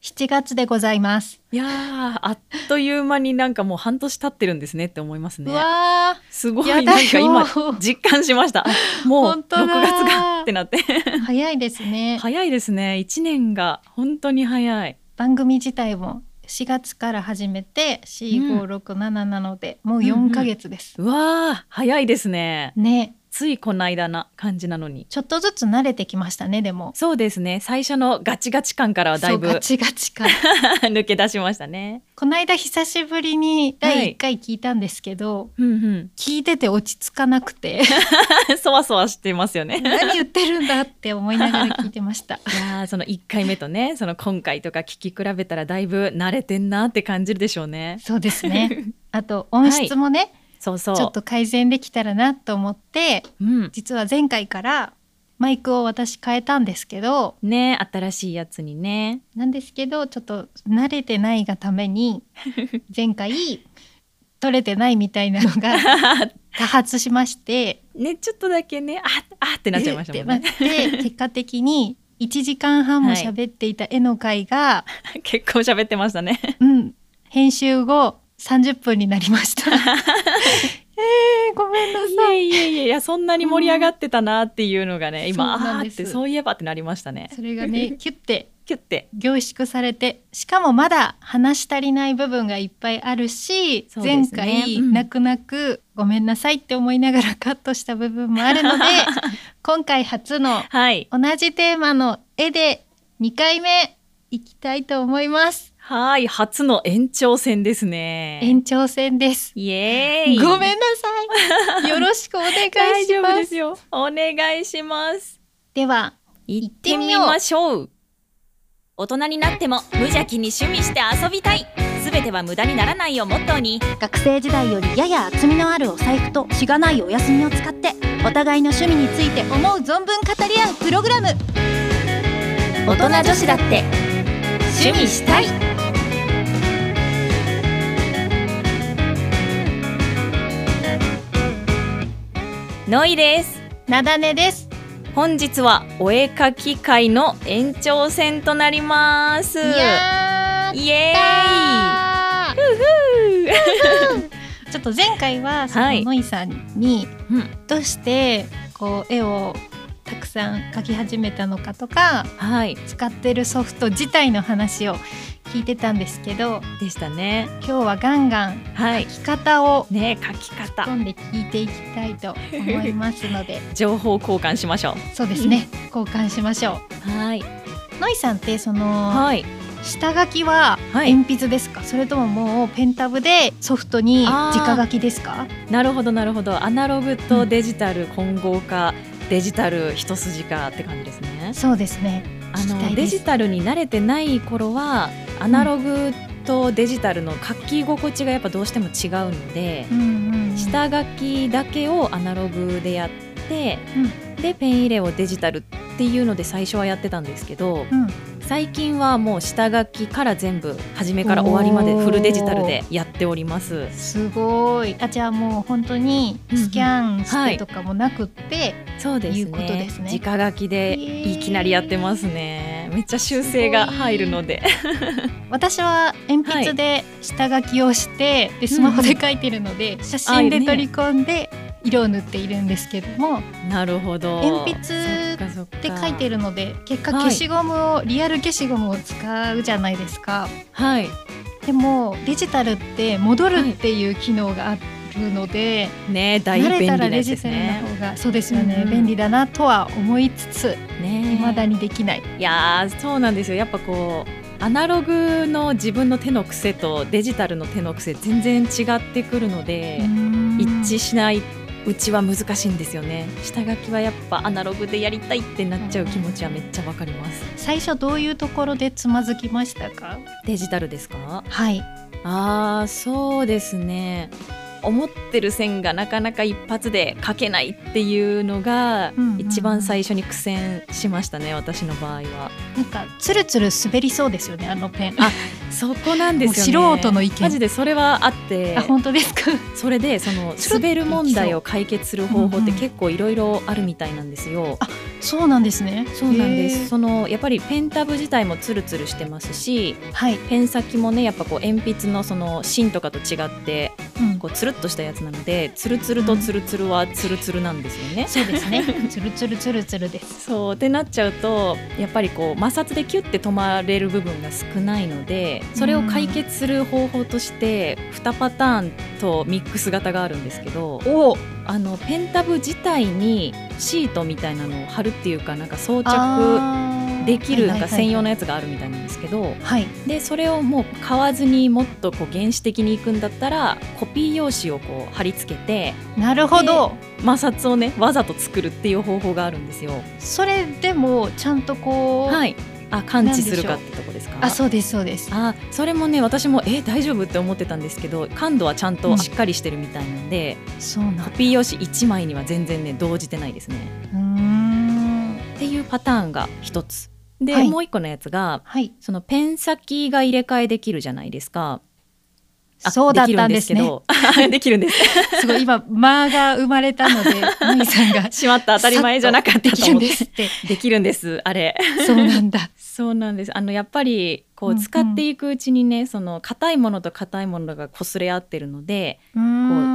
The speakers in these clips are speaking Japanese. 7月でございます。いやーあっという間になんかもう半年経ってるんですねって思いますうね。わすー、ごいやなんだかよ今ー。実感しました。もう本6当だ月ーがってなって 早いです ね。早いですね。1年が本当に早い。番組自体も4月から始めて4567なので、もう4ヶ月です。うわー早いですね。ね、ついこの間な感じなのに。ちょっとずつ慣れてきましたね。でも、そうですね。最初のガチガチ感からはだいぶそうガチガチ か。抜け出しましたね。この間久しぶりには第い1回聞いたんですけど、うん 聞いてて落ち着かなくてうん。そわそわしてますよね。何言ってるんだって思いながら聞いてま した。いやーその1回目とねその今回とか聞き比べたらだいぶ慣れてんなって感じるでしょうね。そうですね。あと音質もね、 そうそう。ちょっと改善できたらなと思ってうん、実は前回からマイクを私変えたんですけどね新しいやつにね。なんですけどちょっと慣れてないがため に前回取れてないみたいなのが 多発しましてねちょっとだけねああってなっちゃいましたもんね。えってなって結果的に1時間半も喋っていた絵の回が、結構喋ってましたね。うん編集後30分になりま した。えー、ごめんなさいいやいやいやいやそんなに盛り上がってたなっていうのがね、今そうなあんーでっすてそういえばってなりましたね。それがねキュッてキュッて。凝縮されてしかもまだ話し足りない部分がいっぱいあるし、そうで前すね回、うん泣く泣くごめんなさいって思いながらカ ットした部分もある ので今回初のはい同じテーマの絵で2回目いきたいと思いますはい初の延長戦ですね。延長戦ですイエーイ。ごめんなさいよろしくお願い 大し丈夫まですすよ。お願いします。では行っててみみようましょう大人になっても無邪気に趣味して遊びたいすべては無駄にならないをモットーに学生時代よりやや厚みのあるお財布としがないお休みを使ってお互いの趣味について思う存分語り合うプログラム大人女子だって趣味したいノイですなだねです本日はお絵描き会の延長戦となりますいやーイエーイやったー ちょっと前回はそのはいノイさんにうんどうしてこう絵をたくさん描き始めたのかとかはい使ってるソフト自体の話を聞いてたんですけどでしたね今日はガンガンはい描き方をね描き方込んで聞いていきたいと思いますので情報交換しましょそうですね交換しましょう。はい。う。ノイさんってそのはい。下書きははい鉛筆ですか、それとももうペンタブでソフトにあー直書きですかなるほどなるほど。アナログとデジタル混合化、デジタル一筋化って感じですね。そうですねあ聞きたいのでデすジタルに慣れてない頃はアナログとデジタルの書き心地がやっぱどうしても違うので、うんうん、下書きだけをアナログでやって、でペン入れをデジタルっていうので最初はやってたんですけど、うん最近はもう下書きから全部初めから終わりまでフルデジタルでやっております。すごいあじゃあもう本当にスキャンしてとかもなくって、そうですね。いうことですね直書きでいきなりやってますね。めっちゃ修正が入るので。 私は鉛筆で下書きをして、でスマホで描いてるので、写真で取り込んで色を塗っているんですけども、なるほど。鉛筆で描いてる。るので結果はい消しゴムを、リアル消しゴムを使うじゃないですかはい。でもデジタルって戻るっていう機能があるので、ね、大慣便れ利たならやデつジですタルねの。方がそうですよね、うん便利だなとは思いつつね。未だにできない。いやーそうなんですよ。やっぱこうアナログの自分の手の癖とデジタルの手の癖全然違ってくるので、一致しないうちは難しいんですよね。下書きはやっぱアナログでやりたいってなっちゃう気持ちはめっちゃわかります。最初どういうところでつまずきましたかデジタルですか？はいあーそうですね思ってる線がなかなか一発で描けないっていうのがうんうんうん一番最初に苦戦しましたね私の場合は。なんかつるつる滑りそうですよねあのペンあそこなんですよねもう素人の意見マジでそれはあってあ本当ですか。それでそのスルッと滑る問題を解決する方法っうんうてん結構いろいろあるみたいなんですよ。そうなんですね。そうなんでへすー。そのやっぱりペンタブ自体もツルツルしてますしはい。ペン先もねやっぱこう鉛筆のその芯とかと違ってうんこうツルっとしたやつなのでツルツルとツルツルはツルツルなんですよね。そうですね。つるつるつるつる です。そうってなっちゃうとやっぱりこう摩擦でキュッて止まれる部分が少ないのでそれを解決する方法として2パターンとミックス型があるんですけどおあのペンタブ自体にシートみたいなのを貼るっていうかなんか装着着できるなんか専用のややつがあるみたいなんですけどつ。はい。でそれをもう買わずにもっとこう原始的に行くんだったらコピー用紙をこう貼り付けてなるほど。摩擦をねわざと作るっていう方法があるんですよ。それでもちゃんとこう。。はいい、あ感知するかってとこですかあそうですそうです。あそれもね私もえ大丈夫って思ってたんですけど感度はちゃんとしっかりしてるみたいなんで、そうなんコピー用紙1枚には全然ね動じてないですね。うーん。っていうパターンが一つで、はいもう一個のやつがはい。そのペン先が入れ替えできるじゃないですか。あそうだったんですね。できるんですけど できるん です。すごい今間が生まれたので、マイさん がしまった当たり前じゃなかったでときる思っんでて。すって。できるんですあれ。そうなん だ。そうなんですあのやっぱりこうんううん使っていくうちにね、その硬いものと硬いものが擦れ合ってるのでこうこ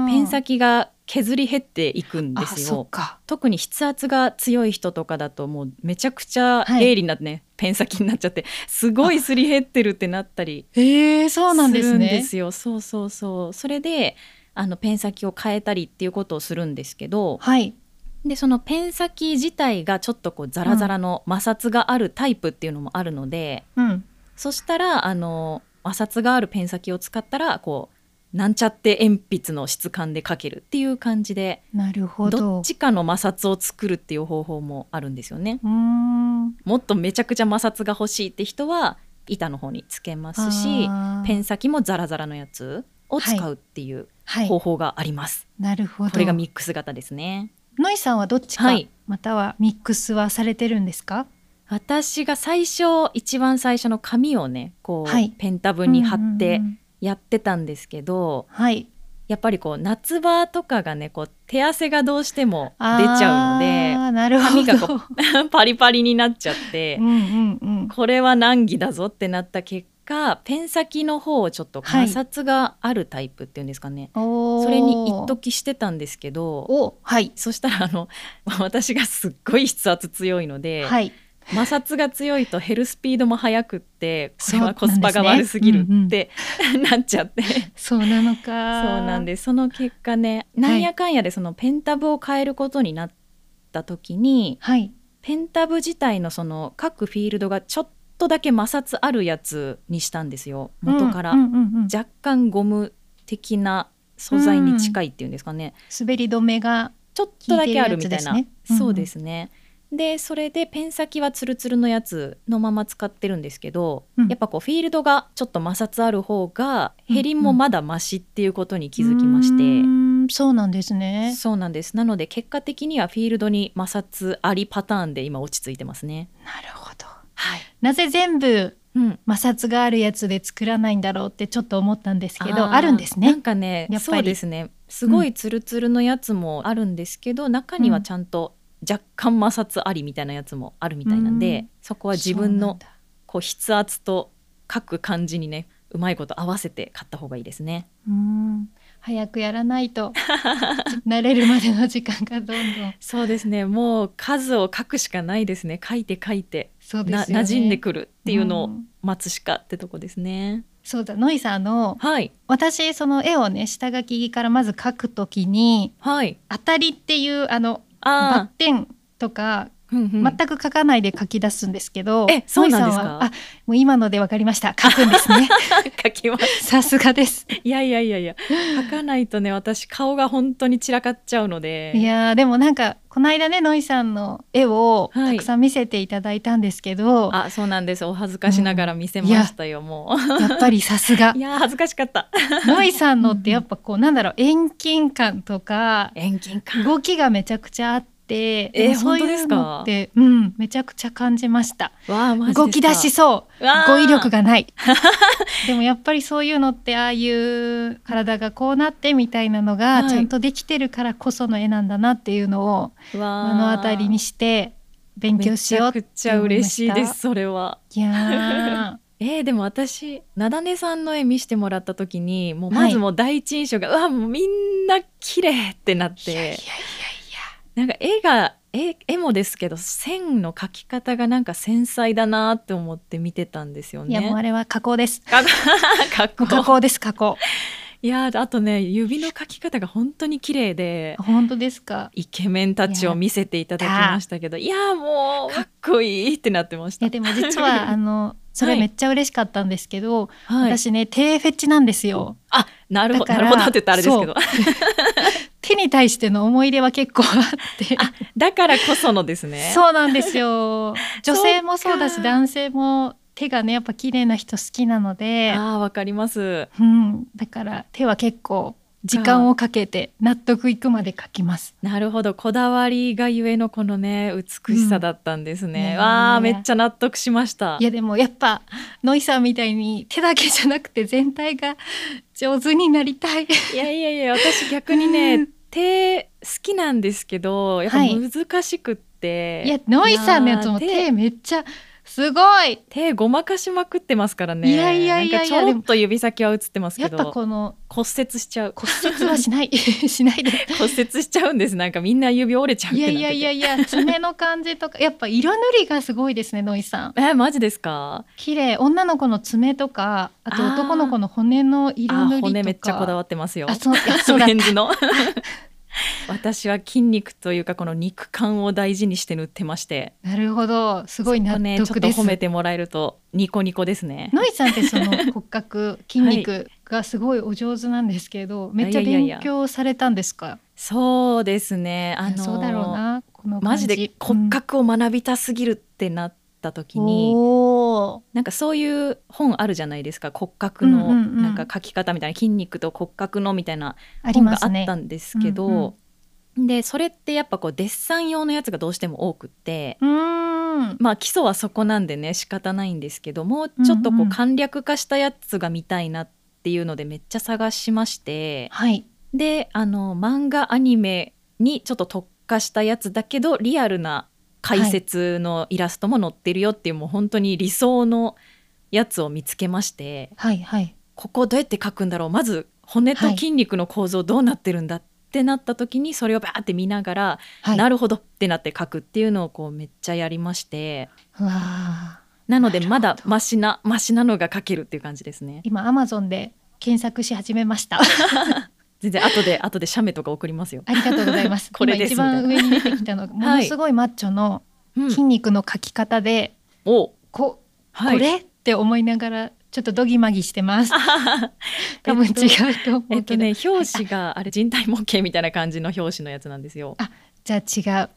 うペン先が削り減っていくんですそっよか。特に筆圧が強い人とかだともうめちゃくちゃはい鋭利なね、ペン先になっちゃってすごいすり減ってるってなったりええそうすなんでするんでね。すよそうそうそうそれであのペン先を変えたりっていうことをするんですけどはい。でそのペン先自体がちょっとこうザラザラの摩擦があるタイプっていうのもあるので、うん。そしたらあの摩擦があるペン先を使ったらこうなんちゃって鉛筆の質感で描けるっていう感じでなるほど。どっちかの摩擦を作るっていう方法もあるんですよね。うーん。もっとめちゃくちゃ摩擦が欲しいって人は板の方につけますしあーペン先もザラザラのやつを使うっていうはい方。法があります。なるほど。これがミックス型ですね。ノイさんはどっちか、はいまたはミックスはされてるんですか？私が最初一番最初の紙をねこう、はいペンタブに貼っうてんうんうんやってたんですけど、はい。やっぱりこう夏場とかがねこう手汗がどうしても出ちあーゃうのでなるほ髪がどこ。 パリパリになっちゃってうんうん うん。これは難儀だぞってなった結果ペン先の方をちょっと摩擦があるタイプっていうんですかね、おーそれに一時してたんですけどおはいそしたらあの 私がすっごい筆圧強いので、はい。摩擦が強いと減るスピードも速くってこれはそコうなんですねスパが悪すぎるって なっちゃって。そうなのか。そうそうなんでですその結果ねいなんやかんやでそのペンタブを変えることになった時に、はい。ペンタブ自体のその各フィールドがちょっとだけ摩擦あるやつにしたんですよ元から、うんうんうんうん若干ゴム的な素材に近いっていうんですかね、滑り止めがちょっとだけあるみたいな、効いてるやつですねうんうんそうですねでそれでペン先はツルツルのやつのまま使ってるんですけど、うんやっぱこうフィールドがちょっと摩擦ある方が減りもまだマシっていうことに気づきまして、うーんそうなんですね。そうなんですなので結果的にはフィールドに摩擦ありパターンで今落ち着いてますねなるほど。はい、なぜ全部うん、摩擦があるやつで作らないんだろうってちょっと思ったんですけどーあるんですなねん。かねやっぱりそうですねすごいツルツルのやつもあるんですけど、中にはちゃんと若干摩擦ありみたいなやつもあるみたいなんで、うんそこは自そ分うなんのだこう筆圧と書く感じにねうまいこと合わせて買った方がいいですねうーん早くやらないと慣れるまでの時間がどんど んそうですねもう数を書くしかないですね書いて書いて、そうでなすよね馴染んでくるっていうのをん待つしかってとこですね、そうだノイさんあのはい私その絵をね下書きからまず描くときにはい「当たり」っていうあのあバッあテンとかうんうん全く書かないで書き出すんですけど、えそうなんですかノイさはあもう今のでわかりました書くんです ね書きますさすがですいやいやいやいや書かないとね私顔が本当に散らかっちゃうのでいやーでもなんかこの間ねノイさんの絵をはたいくさん見せていただいたんですけど、あそうなんですお恥ずかしながら見せましたよ、もやっぱりさすがう いや恥ずかしかったノイさんのってやっぱこうなんだろう遠近感とか遠近感動きがめちゃくちゃあってでえもそう本当いでうすかのってうんめちゃくちゃ感じましたわあマジですか動き出しそうわあ 語彙力がないでもやっぱりそういうのってああいう体がこうなってみたいなのはがいちゃんとできてるからこその絵なんだなっていうのを目の当たりにして勉強しようめちゃくちゃ嬉しいですそれはいやえー、でも私なだねさんの絵見してもらった時にもうまずもう第一印象が、うわもうみんな綺麗ってなっー いやいやいやいてなんか絵が絵絵もですけど線の描き方がなんか繊細だなって思って見てたんですよやいやもうあ ね。れは加工ですかかっもう加こ工です加工いやーあとね指の描き方が本当に綺麗で 本当ですかイケメンたちを見せていただきましたけどいやーもうかっこいいってなってましいたや。でも実はあのそれめっちゃ嬉しかったんですけど、 はい、私ね手フェチなんですよあなるほどだなかるらほどって言ったらあれですけど手に対しての思い入れは結構あって だからこそのですね。 そうなんです よ女性もそうだしそっか男性も手がねやっぱ綺麗な人好きなので、ああわかります。うん、だから手は結構時間をかけて納得いくまで描きます。なるほどこだわりがゆえのこのね美しさだったんですうんいやいやね。いやわあめっちゃ納得しましたい。やでもやっぱノイさんみたいに手だけじゃなくて全体が 上手になりたい。いやいやいや私逆にね、うん手好きなんですけどやっぱはい難しくって、いやノイさんのやつもいやー手めっちゃすごい手ごまかしまくってますからねいやいやいやいやなんかちょろっと指先は映ってますやけっどぱこの骨折しちゃう骨骨折はしない しない で折しちゃうんですなんかみんな指折れちゃうっいてなやっていやいやいや爪の感じとかやっぱ色塗りがすごいですねノイさんえマジですか綺麗女の子の爪とかあとあー男の子の骨の色あ塗りとか骨めっちゃこだわわってますよあそう あそうだっメたンズの私は筋肉というかこの肉感を大事にして塗ってましてなるほどすごい納ねちょっ得とです、褒めてもらえるとニコニコです ねノイさんってその骨格筋肉がすごいお上手なんですけど、めっちゃいやいやい勉や強されたんですかそうですねあいやのそうだろうなこの感じマジで骨格を学びたすぎるってなった時に、おーなんかそういう本あるじゃないですか骨格うのんうんうんなんか書き方みたいな、筋肉と骨格のみたいなあり本があまっすねたんですけど、うんでそれってやっぱこうデッサン用のやつがどうしても多くって、うーんまあ基礎はそこなんでね仕方ないんですけどもうちょっとうんこううん簡略化したやつが見たいなっていうのでめっちゃ探しましてはいであの漫画アニメにちょっと特化したやつだけどリアルな解説のイラストも載ってるよっていう、もう本当に理想のやつを見つけましてはいはいここどうやって書くんだろうまず骨と筋肉の構造どうなってるんだってなった時にそれをバーって見ながら、はいなるるほどってなって書くっていうのをこうめっちゃやりましてうわーなのでなるまほどだマシなマシなのが書けるっていう感じですね今アマゾンで検索し始めま した全然後で後で写メとか送りますよ、ありがとうございますこれ今です一番上に出てき たのがものすごいマッチョのうん筋肉の描き方で、おこはいこれって思いながらちょっとドギマギして ます。多分違うと思うけど、えっとね、表紙があれ人体模型みたいな感じの表紙のやつなんですよ。じゃあ違う。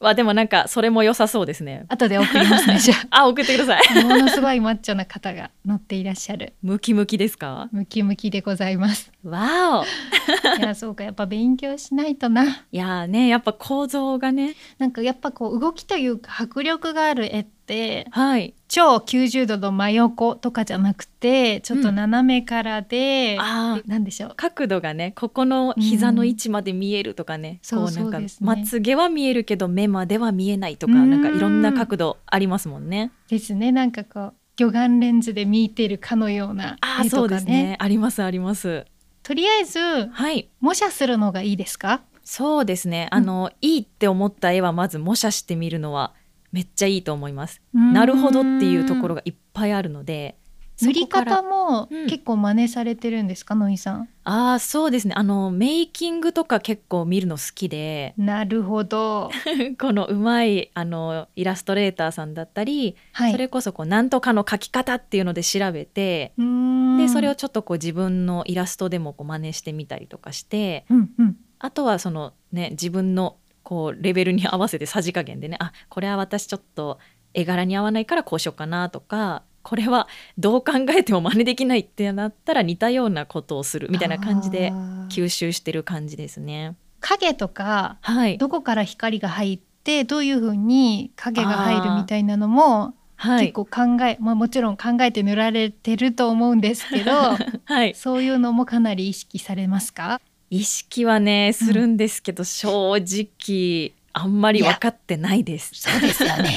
はでもなんかそれも良さそうですね。後で送り ますね。じゃあ送ってください。あものすごいマッチョな方が乗っていらっしゃる。 ムキムキですか？ムキムキでござい ます。わお。いやそうかやっぱ勉強しないとな。いやーねやっぱ構造がねなんかやっぱこう動きというか迫力がある絵ってはい超90度の真横とかじゃなくてちょっと斜めからで、あーなんでしょう。角度がねここの膝の位置まで見えるとかね、うんこうそうんなそかうですねまつげは見えるけど目までは見えないとかうんなんかいろんな角度ありますもんね。ですねなんかこう魚眼レンズで見てるかのようなあー絵そとうでかすねねありますあります。とりあえずはい模写するのがいいですかそうですねあの、いいって思った絵はまず模写してみるのはめっちゃいいと思います。なるほどっていうところががいっぱいあるので塗りそこから方もうん結構真似されてるんですか、のいさんああそうですねあのメイキングとか結構見るの好きでなるほ どこのうまいあのイラストレーターさんだったり、はいそれこそこうなんとかの描き方っていうので調べて、うーんでそれをちょっとこう自分のイラストでもこう真似してみたりとかしてうんうんあとはそのね自分のこうレベルに合わせてさじ加減でねあこれは私ちょっと絵柄に合わないからこうしようかなとかこれはどう考えても真似できないってなったら似たようなことをするみたいな感じであー吸収してる感じですね。影とかはい、どこから光が入ってどういうふうに影が入るみたいなのもはい結構考え、まあ、もちろん考えて塗られてると思うんですけど はいそういうのもかなり意識されますか意識はねするんですけど、正直あんまり分かってないですそうですよ ね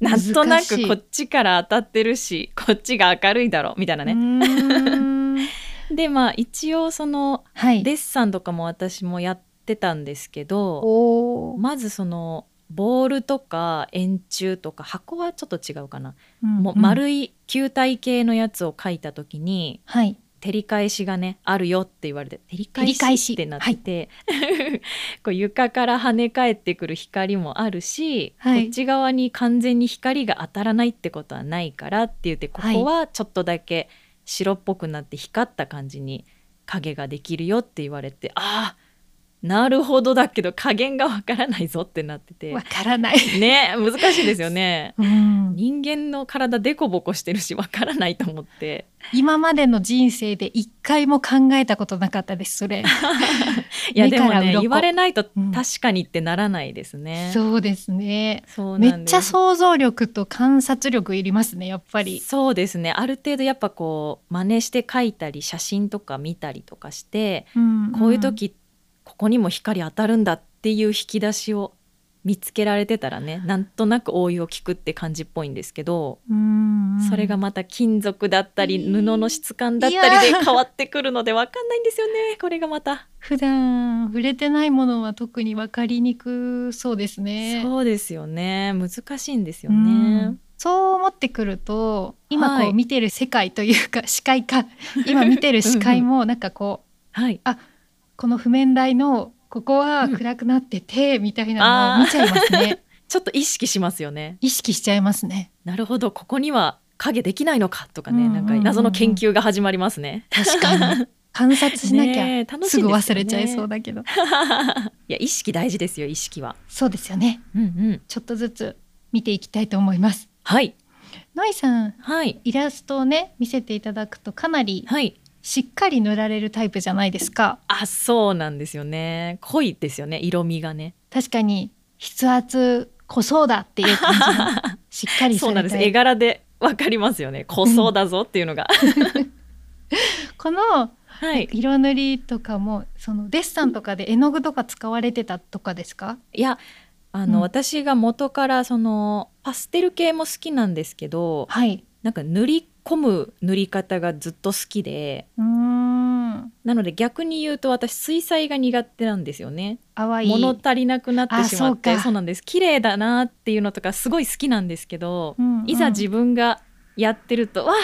なんとな難しくいこっちから当たってるしこっちが明るいだろみたいなね、でまあ一応そのはいデッサンとかも私もやってたんですけどおーまずそのボールとか円柱とか箱はちょっと違うかな、うんもう丸い球体系のやつを描いた時にはい照り返しがねあるよって言われて照り返照り返ししってなってて、 こう床から跳ね返ってくる光もあるし、はいこっち側に完全に光が当たらないってことはないからって言ってこはいこはちょっとだけ白っぽくなって光った感じに影ができるよって言われてあーなるほどだけど加減がわからないぞってなっててわからない、ね難しいですよね。うん人間の体デコボコしてるしわからないと思って今までの人生で一回も考えたことなかったですそれいやでも目からね鱗言われないとうん確かにってならないですね。そうですねそうめなっんでちゃす想像力と観察力いりますねやっぱりそうですねある程度やっぱこう真似して書いたり写真とか見たりとかして、こういう時ここにも光当たるんだっていう引き出しを見つけられてたらねなんとなく応用を聞くって感じっぽいんですけど、うん、それがまた金属だったりうん布の質感だったりで変わってくるので分かんないんですよねこれがまた。普段触れてないものは特に分かりにくそうですね。そうですよね難しいんですようねん。そう思ってくると今はこいう見てる世界というか、視界か今見てる視界もなんかこうはいこの譜面台のここは暗くなってて、みたいなのを見ちゃいますねちょっと意識しますよね。意識しちゃいますねなるほどここには影できないのかとかね、うんうんうんうんなんか謎の研究が始まりますね。確か に観察しなきゃ、ねえ楽しいすぐ忘れちゃいそうだ。だけど いや意識大事ですよ意識は。そうですよねうんうん。ちょっとずつ見ていきたいと思いますはいのいさんはいイラストをね見せていただくとかなりはい。しっかり塗られるタイプじゃないですかあそうなんですよね濃いですよね色味がね。確かに筆圧濃そうだっていう感じのしっかりそうさなんれですた絵い柄でわかりますよね濃そうだぞっていうのが。このはい。色塗りとかもそのデッサンとかで絵の具とか使われてたとかですかいやあの、うん私が元からそのパステル系も好きなんですけどはいなんか塗り込む塗り方がずっと好きで。うーんなので逆に言うと私水彩が苦手なんですよね。淡い物足りなくなってしまってあそそううかなんです綺麗だなっていうのとかすごい好きなんですけど、うんうんいざ自分がやってるとわ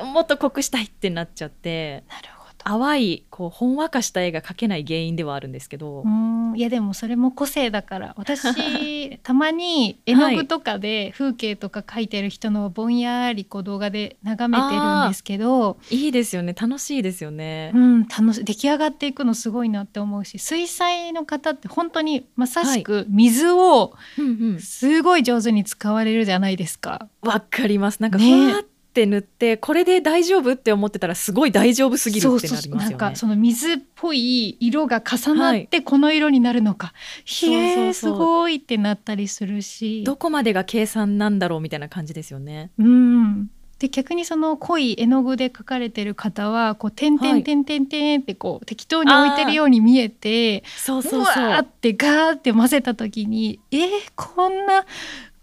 あもっと濃くしたいってなっちゃってなるほど淡いこうほんわかした絵が描けない原因ではあるんですけど、うーんいやでもそれも個性だから私たまに絵の具とかで風景とか描いてる人のぼんやりこう動画で眺めてるんですけどいいですよね楽しいですよねう。ん、楽し出来上がっていくのすごいなって思うし水彩の方って本当にまさしく水をうんすごい上手に使われるじゃないですか。うん、わかりますなんかふねわって塗って、これで大丈夫って思ってたらすごい大丈夫すぎるってなりますよね。そうそうそうなんかその水っぽい色が重なってこの色になるのか、ひえそうそうそうーすごいってなったりするしどこまでが計算なんだろうみたいな感じですよね。うん、で逆にその濃い絵の具で描かれてる方はこう点は々い点々点ってこう適当に置いてるように見えて。そううそうそう。わーってガーって混ぜた時にえー、こんな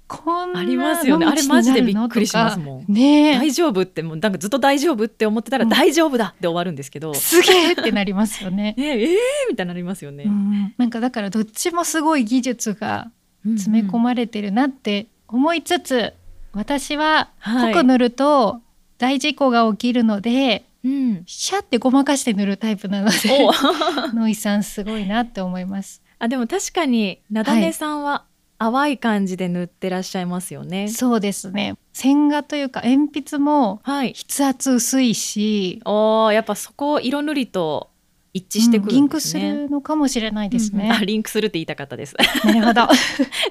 こんなありますよね。あれマジでびっくりしますんもん。ねえ大丈夫ってもうなんかずっと大丈夫って思ってたらうん大丈夫だって終わるんですけど、すげえってなりますよね、 ねええーみたいになりますよねう。ん、なんかだからどっちもすごい技術が詰め込まれてるなって思いつつ私ははい濃く塗ると大事故が起きるので、うん。シャってごまかして塗るタイプなので おノイさんすごいなって思いますあでも確かになだめさんは淡い感じで塗ってらっしゃいますよね。そうですね線画というか鉛筆もはい。筆圧薄いしおおやっぱそこを色塗りと一致してくるリんンでクすすね。るのかもしれないですうんあね。リンクするって言いたかったです。 なるほど。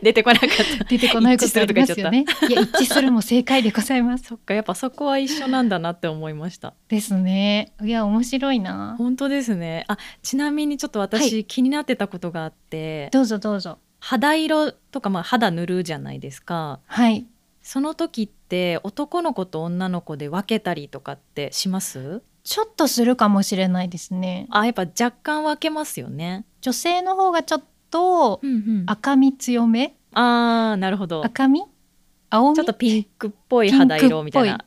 出てこなかった。出てこないことありますよね。いや、一致するも正解でございます。そっかやっぱそこは一緒なんだなって思いました。ですね。いや、面白いな。本当ですね。あちなみにちょっと私、は気になってたことがあってどうぞどうぞ。肌色とか、まあ、肌塗るじゃないですかはい。その時って男の子と女の子で分けたりとかってしますちょっとするかもしれないですねあやっぱ若干分けますよね。女性の方がちょっとうんうん、あ赤み強めあーなるほど赤み青みちょっとピンクっぽい肌色みたいピンクな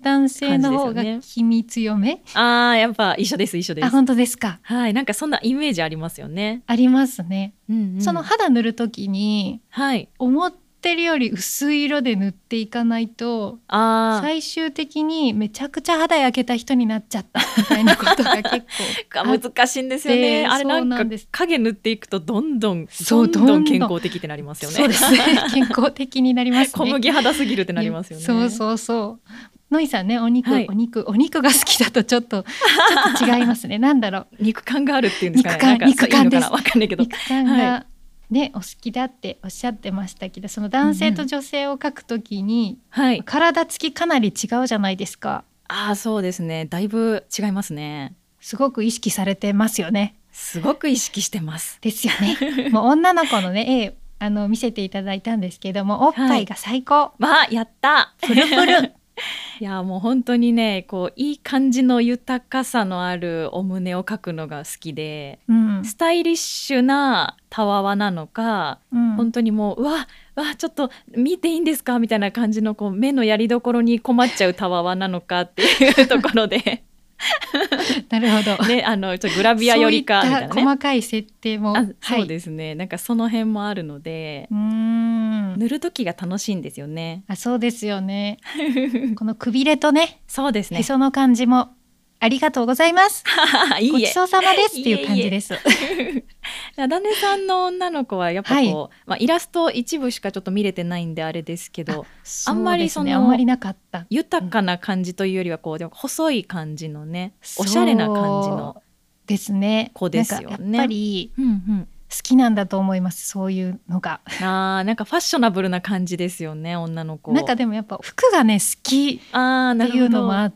男性の方が感じです黄身強め、あーやっぱ一緒です一緒であす本当ですかはいなんかそんなイメージありますよね、ありますね、うんうんその肌塗る時にはい思ってるより薄い色で塗っていかないとあー最終的にめちゃくちゃ肌焼けた人になっちゃったみたいなことが 結構が難しいんですよねああれなそうんなかんです影塗っていくとどんどんそうどんどどんんどん健康的ってなりますよねそうです ね健康的になります小ね麦肌すぎるってなりますよねそうそうそうのいさんねお肉、はいお肉お肉が好きだとちょっとちょっと違います ねなんだろう肉感があるっていうんですかね肉感肉感なんかそういうのかでなすわかんないけど肉感が、はねお好きだっておっしゃってましたけどその男性と女性を描くときに、はい体つきかなり違うじゃないですかああそうですねだいぶ違いますねすごく意識されてますよねすごく意識してますですよ ねもう女の子のね絵あの見せていただいたんですけどもおっぱいが最高、わあや ったプルプ ルいやもう本当にねこういい感じの豊かさのあるお胸を描くのが好きでうん、スタイリッシュなたわわなのかうん本当にもううわうわちょっと見ていいんですかみたいな感じのこう目のやりどころに困っちゃうたわわなのかっていうところで、なるほど ね、あのちょっとグラビアよりかそみういたっいなたね細かい設定もあはいそうですねなんかその辺もあるのでうーん塗る時が楽しいんですよ ねあそうですよねこのくびれとねそうですへねその感じもありがとうございます いごいちえそうさまですっていう感じです ダネさんの女の子はやっぱこう、まあ、イラスト一部しかちょっと見れてないんであれですけどあんまりそうですねそのあんまりなかった豊かな感じというよりはこうでも細い感じのねおしゃれな感じの。そうですね子ですよなねんかやっぱりうんうん、好きなんだと思いますそういうのがあーなんかファッショナブルな感じですよね女の子なんかでもやっぱ服がね好きっあーてなるいほうのどもあっ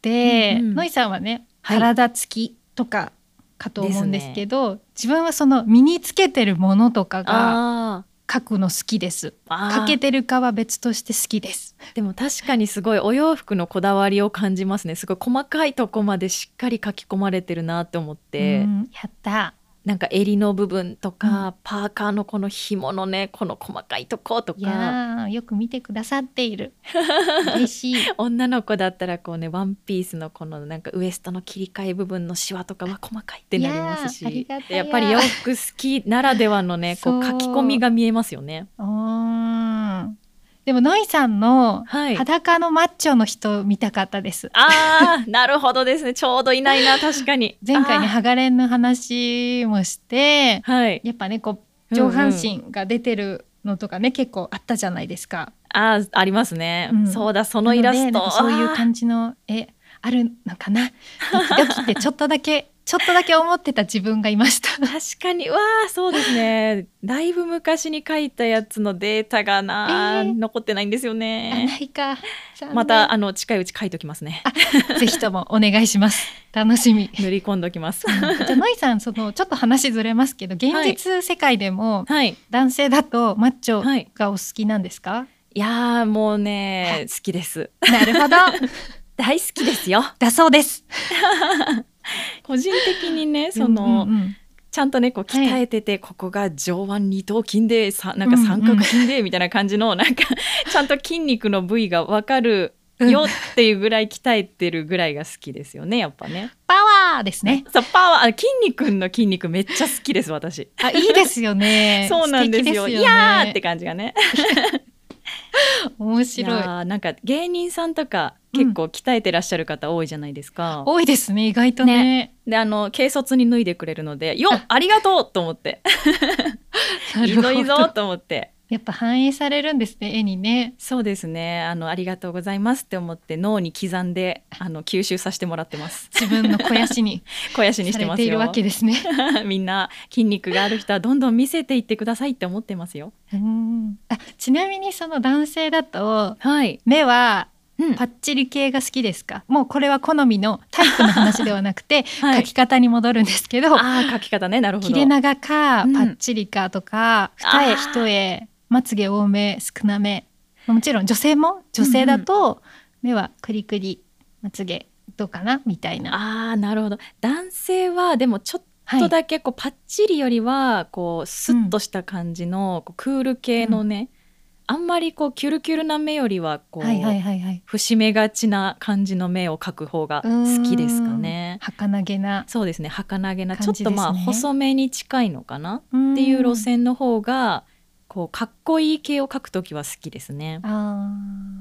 て、うんうんのいさんはねはい体つきとかかと思うんでですねすけど自分はその身につけてるものとかがあ書くの好きですーあーかけてるかは別として好きですでも確かにすごいお洋服のこだわりを感じますねすごい細かいとこまでしっかり書き込まれてるなって思って、うんやったなんか襟の部分とか、パーカーのこの紐のねこの細かいとこといかやーよく見てくださってい る嬉しい女の子だったらこうねワンピースのこのなんかウエストの切り替え部分のシワとかは細かいってなりますしいやーありがたややっぱり洋服好きならではのねこうそ書うき込みが見えますよね。うーんでもノイさんのはい、裸のマッチョの人見たかったです、あーなるほどですねちょうどいないな確かに前回ねあーハガレンの話もしてはいやっぱねこううんうん上半身が出てるのとかね、結構あったじゃないですかあーありますね、うんそうだそのイラスなのでトなんかそういうじ感じの絵あるのかなドキドキってちょっとだけちょっとだけ思ってた自分がいました確かにわあそうですねだいぶ昔に書いたやつのデータがな、えー残ってないんですよあねないか残念またあの近いうち書いときますねぜひともお願いします楽しみ塗り込んどきますじゃあノイさんそのちょっと話ずれますけど現はい実世界でもはい男性だとマッチョはいがお好きなんですか、いやーもうね好きですなるほど大好きですよ だそうです 個人的にねその、うんうんうんちゃんとねこうはい鍛えてて、ここが上腕二頭筋でさなんか三角筋でみたいな感じの、 なんかちゃんと筋肉の部位がわかるうんよっていうぐらい鍛えてるぐらいが好きですよねやっぱね。パワーですねそうパワーあ筋肉の筋肉めっちゃ好きです私。あいいですよね そうなんです素よ。敵いねやーって感じがね。面い白いやーなんか芸人さんとか結構鍛えてらっしゃる方多いじゃないですか。多いですね意外とねであの軽率に脱いでくれるのでよっありがとうと思ってないるいほぞどいいぞと思って。やっぱ反映されるんですね絵にねそうですね。あのありがとうございますって思って脳に刻んであの吸収させてもらっ てます。自分の肥やし に肥やしにしさてれますているよ。わけですね みんな筋肉がある人はどんどん見せていってくださいって思ってますよ。うんあちなみにその男性だとはい。目はうんパッチリ系が好きですかもうこれは好みのタイプの話ではなくて、 は書いき。方に戻るんですけどああ書き方ね。なるほど。切れ長か、うんパッチリかとか二あ重ー一重まつげ多め少なめもちろん女性も女性だと目はクリクリまつげどうかなみたいな。ああなるほど男性はでもちょっはいとだけこうパッチリよりはこうスッとした感じのこうクール系のね、あんまりこうキュルキュルな目よりはこう、はいはいはいはい。節目がちな感じの目を描く方が好きですかね。儚げな。そうですね儚げな、ちょ感っじとまあですね細めに近いのかなっっていう路。線の方がこうかっこいい系を描くときは好きですね。あ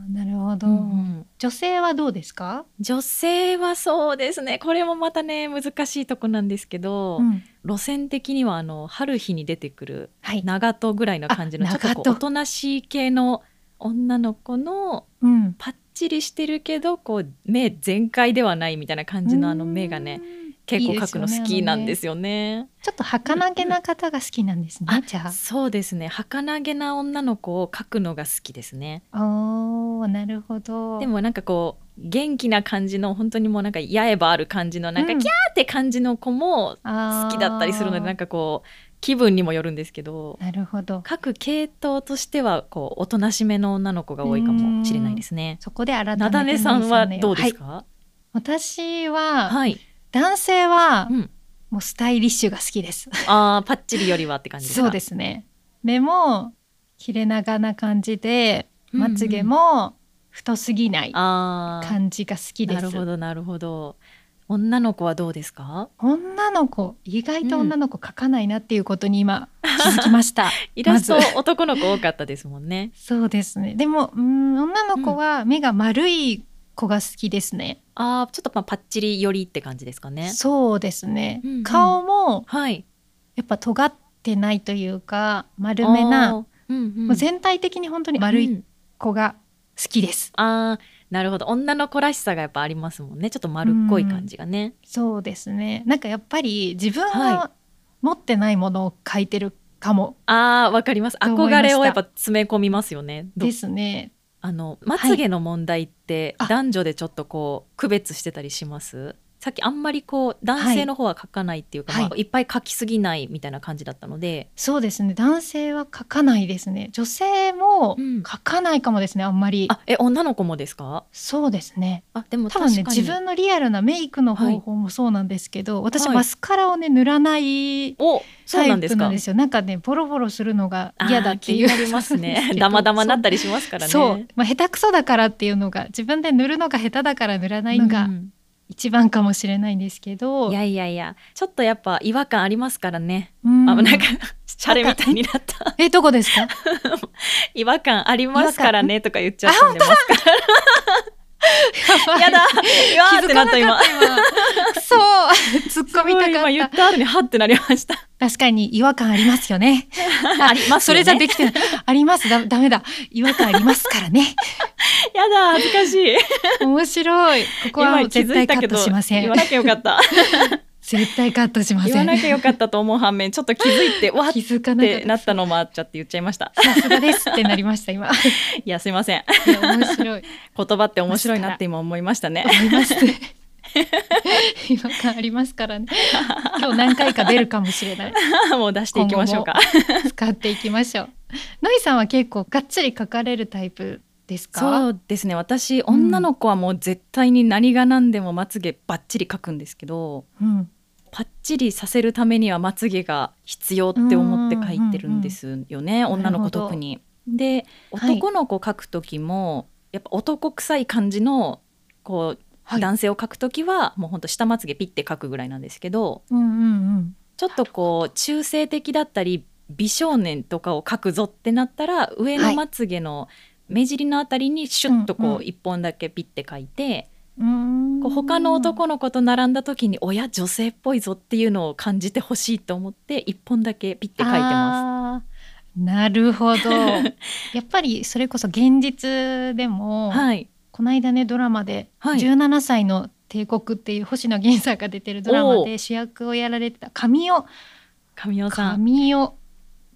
あなるほど、うんうん女性はどうですか？女性はそうですねこれもまたね難しいとこなんですけど、うん路線的にはあの春日に出てくるはい。長門ぐらいの感じのあちょっとこ長うお門となしい系の女の子のうん。パッチリしてるけどこう目全開ではないみたいな感じのあの目がねうん。結構描くの好きなんですよね。ちょっと儚げな方が好きなんですね。あじゃあ。そうですね儚げな女の子を描くのが好きですね。おーなるほど。でもなんかこう元気な感じの本当にもうなんか八重ばある感じのなんかうキャんーって感じの子も好好きだったりするのでなんかこう気分にもよるんですけどなるほど。各系統としてはこうおとなしめの女の子が多いかもしれないですね。そこで改めてなだねさんはどうですはいか？私は、はい、男性は、うんもうスタイリッシュが好きです。ああパッチリよりはって感じですか。そうですね。目も切れ長な感じで、うんうんまつげも太すぎないああ感じが好きでなす。るほどなるほど。女の子はどうですか？女の子意外と女の子描かないなっていうことに今気づきました。 イラストま男の子多かったですもんね。そうですね。でもうん女の子は目が丸い子が好きですね。 ああちょっとまあパッチリよりって感じですかね。そうですね。うんうん顔もはい。やっぱ尖ってないというか丸めな、あー。うんうん、もう全体的に本当に丸ういん子が好きです。ああなるほど女の子らしさがやっぱありますもんねちょっと丸っこい感じがね。そうですね。なんかやっぱり自分はが持ってないものを書いてるかもああわかりますと思いました憧れをやっぱ詰め込みますよね。どですね。あのまつげの問題ってあ男女でちょっとこう区別してたりしますさっきあんまりこう男性の方は描かないっていうか、はいまあ、いっぱい描きすぎないみたいな感じだったので、そうですね。男性は書かないですね。女性もうん書かないかもですね。あんまり。あえ女の子もですかそうですね。あでも多確か分にね自分のリアルなメイクの方法もそうなんですけど、私はいマスカラをね塗らないおそうタなイんですプかなんですよ。なんかねボロボロするのがあー嫌だっていう。気になります ねダマダマになったりしますからねそう、まあ、下手くそだからっていうのが自分で塗るのが下手だから塗らないのうがん一番かもしれないんですけど、いやいやいやちょっとやっぱ違和感ありますからね、うんあなん かシャレみたいになったえどこですか違和感ありますからねとか言っちゃったんでますやばい やだ や気ーっづてなかっなたか今ったそう突っ込みた すかごい今言っった後にはってなりましたた確かに違和 感ありますよねありますよねそれじゃできてないありますだダメだ違和感ありますからねやだ恥ずかしい 面白いここはもう絶対カットしませ言んわなきゃよ かった絶対カットしま言せわんなきゃよかったと思う反面ちょっと気づいてわーっ気づかなかてっなったのもあっちゃって言っちゃいましたたさすがですってなりました今いいやすいませんや面白い言葉って面白いなって今思いましたね思います 違和感ありますからね今日何回か出るかもしれない もう出していきましょうか使っていきましょうのいさんは結構がっつり書かれるタイプですかそうですね私女の子はもう絶対に何が何でもまつげバッチリ描くんですけど、うん、パッチリさせるためにはまつげが必要って思って描いてるんですよね、んうん女の子特に。ではい男の子描く時も、やっぱ男臭い感じのこう、はい男性を描く時はもうほんと下まつげピッて描くぐらいなんですけどうんうんうんちょっとこう中性的だったり美少年とかを描くぞってなったら上はのいまつげの目尻のあたりにシュッとうんこううん一本だけピッて描いて。うーんこう他の男の子と並んだ時に親女性っぽいぞっていうのを感じてほしいと思って一本だけピッて書いてます。すなるほどやっぱりそれこそ現実で も、はい。この間ねドラマで「はい17歳の帝国」っていう星野源さんが出てるドラマおで主役をやられてた神尾神尾さん。神尾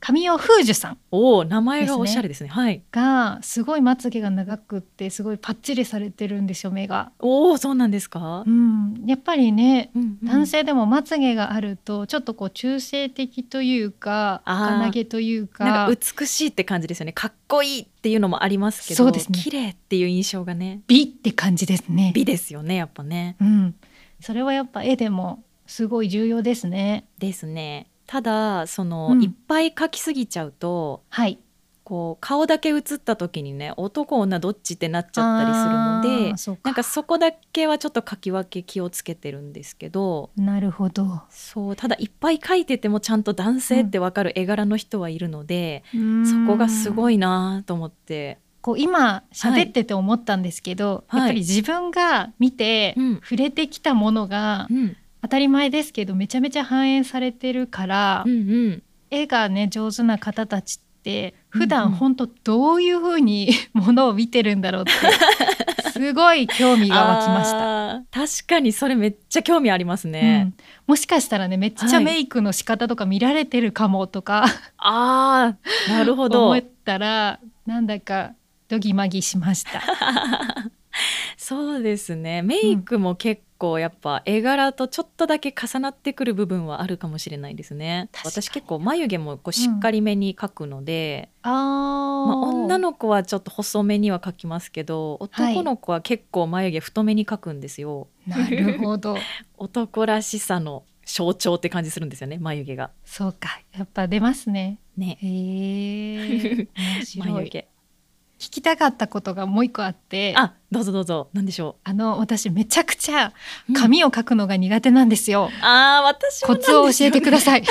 神尾楓珠さんおお名前がおしゃれですね。はい。がすごいまつげが長くってすごいパッチリされてるんですよ目が。おおそうなんですかう。ん、やっぱりねうんうん男性でもまつげがあるとちょっとこう中性的というかあー儚げというなかんか美しいって感じですよね。かっこいいっていうのもありますけど、そうですね綺麗っていう印象がね、美って感じですね。美ですよねやっぱね。うん、それはやっぱ絵でもすごい重要ですね。ですね。ただその、うんいっぱい描きすぎちゃうと。はい。こう顔だけ映った時にね男女どっちってなっちゃったりするのあーでそうかなんかそこだけはちょっと書き分け気をつけてるんですけどなるほど。そうただいっぱい書いててもちゃんと男性ってわかる絵柄の人はいるので、そこがすい。ごいなと思って、こう今喋ってて思ったんですけど、はいやっぱり自分が見てうん触れてきたものがうん、当たり前ですけどめちゃめちゃ反映されてるから、うんうん絵がね上手な方たちってうん普段本当どういうふうに ものを見てるんだろうってすごい興味が湧きました。あー確かにそれめっちゃ興味ありますう ね、んもしかしたらねめっちゃはいメイクの仕方とか見られてるかもとか、ああなるほど思ったらなんだかドギマギしました。そうですねメイクも結構やっぱ絵柄とちょっとだけ重なってくる部分はあるかもしれないですね確かに私結構眉毛もこうしっかりめに描くので、あ、ままあ、女の子はちょっと細めには描きますけどはい男の子は結構眉毛太めに描くんですよ、なるほど。 男らしさの象徴って感じするんですよね眉毛が そうか、やっぱ出ますね。ねへ え。面白眉い。聞毛きたかったことがもう一個あって、ああどうぞどうぞ何でしょの私めちゃくちゃう紙を書くのが苦手なんですよ。うんあー私もコツを教えてくださ さい。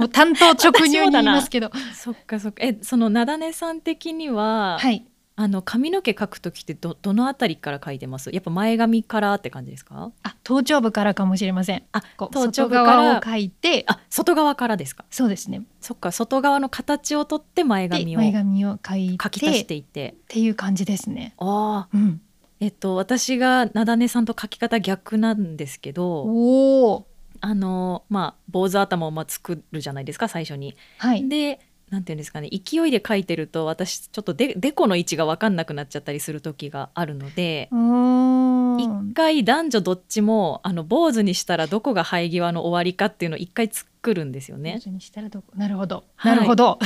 もう担当直入に言いますけど、い そっかそっかえそのなだねさん的には、はい。あの髪の毛描くときってどどのあたりから描いてます？やっぱ前髪からって感じですか？あ、頭頂部からかもしれません。あ、こう頭頂外部から側を書いて、あ外側からですか？そうですね。そっか外側の形をとって前で髪を前描髪を書い、き足してていって、ていう感じですね。ああ、うん。えっと私がなだねさんと描き方逆なんですけど、おお。あのまあ坊主頭をまあ作るじゃないですか最初に。はい。で。なんていうんですかね勢いで描いてると私ちょっとででこの位置が分かんなくなっちゃったりする時があるので、うーん一回男女どっちもあの坊主にしたらどこが生え際の終わりかっていうのを一回作るんですよ上ね。手にしたらどこなるほど、はいなるほど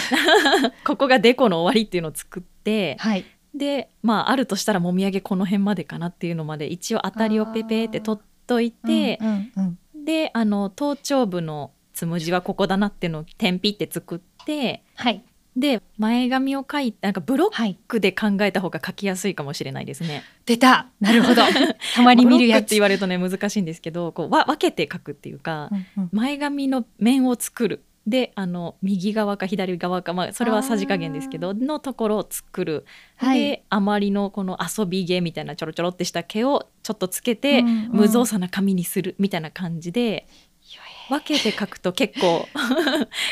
ここがデコの終わりっていうのを作ってはいでまああるとしたらもみあげこの辺までかなっていうのまで一応当たりをペペって取っといてうんうんうんであの頭頂部のつむじはここだなっていうのを点ピって作ってはいで前髪を描いてなんかブロッはいクで考えた方が描きやすいかもしれないですね。出たなるほ どたまブにロ見るックやって つ言われるとね難しいんですけどこうわ分けて描くっていうか。うんうん前髪の面を作るであの右側か左側か、まあ、それはさじ加減ですけどのところを作る、はいであまりのこの遊び毛みたいなちょろちょろってした毛をちょっとつけて、うんうん無造作な髪にするみたいな感じで分けて描くと結構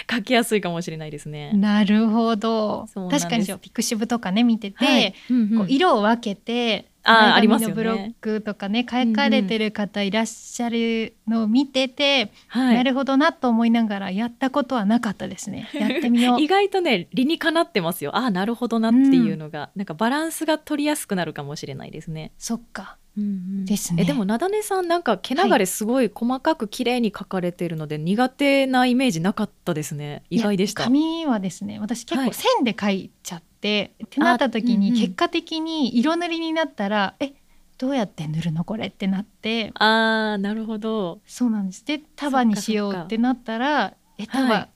描きやすいかもしれないですね。なるほどそうなんです確かにそうピクシブとかね見てて、はいうんうんこう色を分けてあーあり前ます髪よねのブロックとかね買い替えれてる方いらっしゃるのを見てて、はいなるほどなと思いながらやったことはなかったです ねやってみよう意外とね理にかなってますよああなるほどなっていうのが、なんかバランスが取りやすくなるかもしれないですね。そっかですねえでもなだねさんなんか毛流れすごい細かく綺麗に描かれてるので、苦手なイメージなかったですね意外でしいやた紙はですね私結は構い線で書いちゃって、ってなった時あうにんうん結果的に色塗りになったら、えどうやって塗るのこれってなってあーなるほどそうなんですで束にしようってなったらえは束い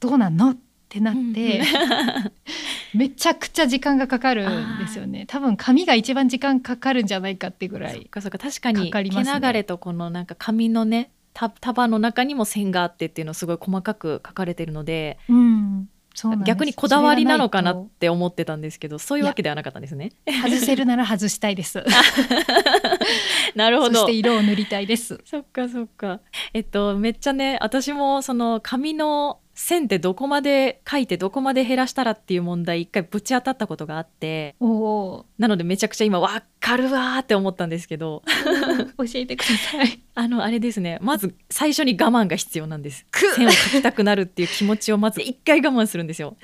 どうなんのってなっうんて、 めちゃくちゃ時間がかかるんですよね多分紙が一番時間かかるんじゃないかってぐらそっいかそっか確かかにかりますね毛流れとこのなんか髪のねた束の中にも線があってっていうのすごい細かく描かれてるのでうんそうなんです逆にこだわりなのかなそれがいって思ってたんですけどそういうわけではなかったんですねと外せるなら外したいです なるほそしどて色を塗りたいですそっかそっかえっとめっちゃね私もその髪の線ってどこまで書いてどこまで減らしたらっていう問題一回ぶち当たったことがあっておおなのでめちゃくちゃ今わかるわーって思ったんですけど 教えてください。あのあれですねまず最初に我慢が必要なんですく線を書きた くなるっていう気持ちをまず一回我慢するんですよ。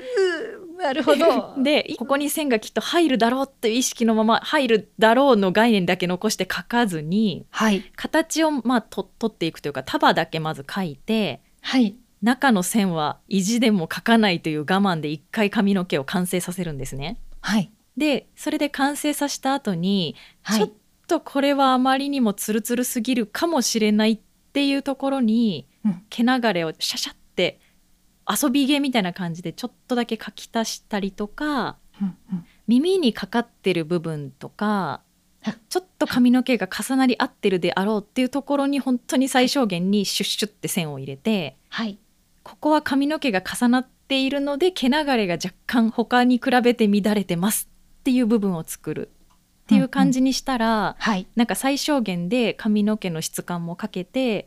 なるほど。 でここに線がきっと入るだろうっていう意識のまま入るだろうの概念だけ残して書かずにはい形をまあと取っていくというか束だけまず書いてはい中の線は意地でも書かないという我慢で一回髪の毛を完成させるんですね。はいでそれで完成させた後に、はちょっい。とこれはあまりにもツルツルすぎるかもしれないっていうところに、うん毛流れをシャシャって遊び毛みたいな感じでちょっとだけ書き足したりとかうんうん耳にかかってる部分とかあちょっと髪の毛が重なり合ってるであろうっていうところに本当に最小限にシュッシュッって線を入れて。はいここは髪の毛が重なっているので毛流れが若干他に比べて乱れてますっていう部分を作るっていう感じにしたら、はいなんか最小限で髪の毛の質感もかけて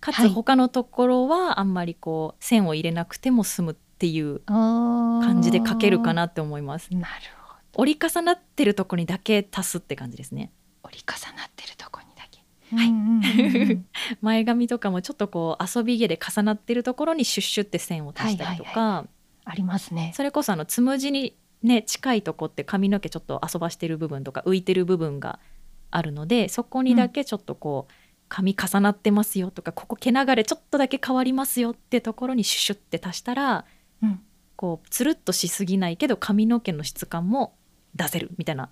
かはつい他のところはあんまりこう線を入れなくても済むっていう感感じで描けるかなって思いますなるほど折り重なってるところにだけ足すって感じですね折り重なってるとこにだけ。はいい前髪とかもちょっとこう遊び毛で重なってるところにシュッシュって線を足したりとか、はい ありますね。それこそあのつむじにね近いとこって髪の毛ちょっと遊ばしてる部分とか浮いてる部分があるのでそこにだけちょっとこう、髪重なってますよとかここ毛流れちょっとだけ変わりますよってところにシュッシュって足したらうんこうつるっとしすぎないけど髪の毛の質感も出せるみたいな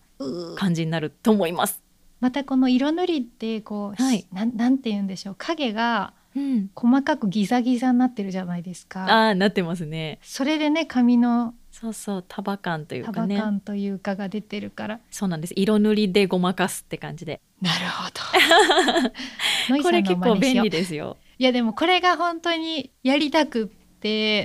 感じになると思います。またこの色塗りってこう、はいなんなんて言うんでしょう影がうん、細かくギザギザになってるじゃないですか。ああなってますね。それでね髪のそうそう束感というか束ね感というかが出てるから。そうなんです色塗りでごまかすって感じでなるほど。 ノイこされんの結真構似し便よう利ですよ。いやでもこれが本当にやりたくって。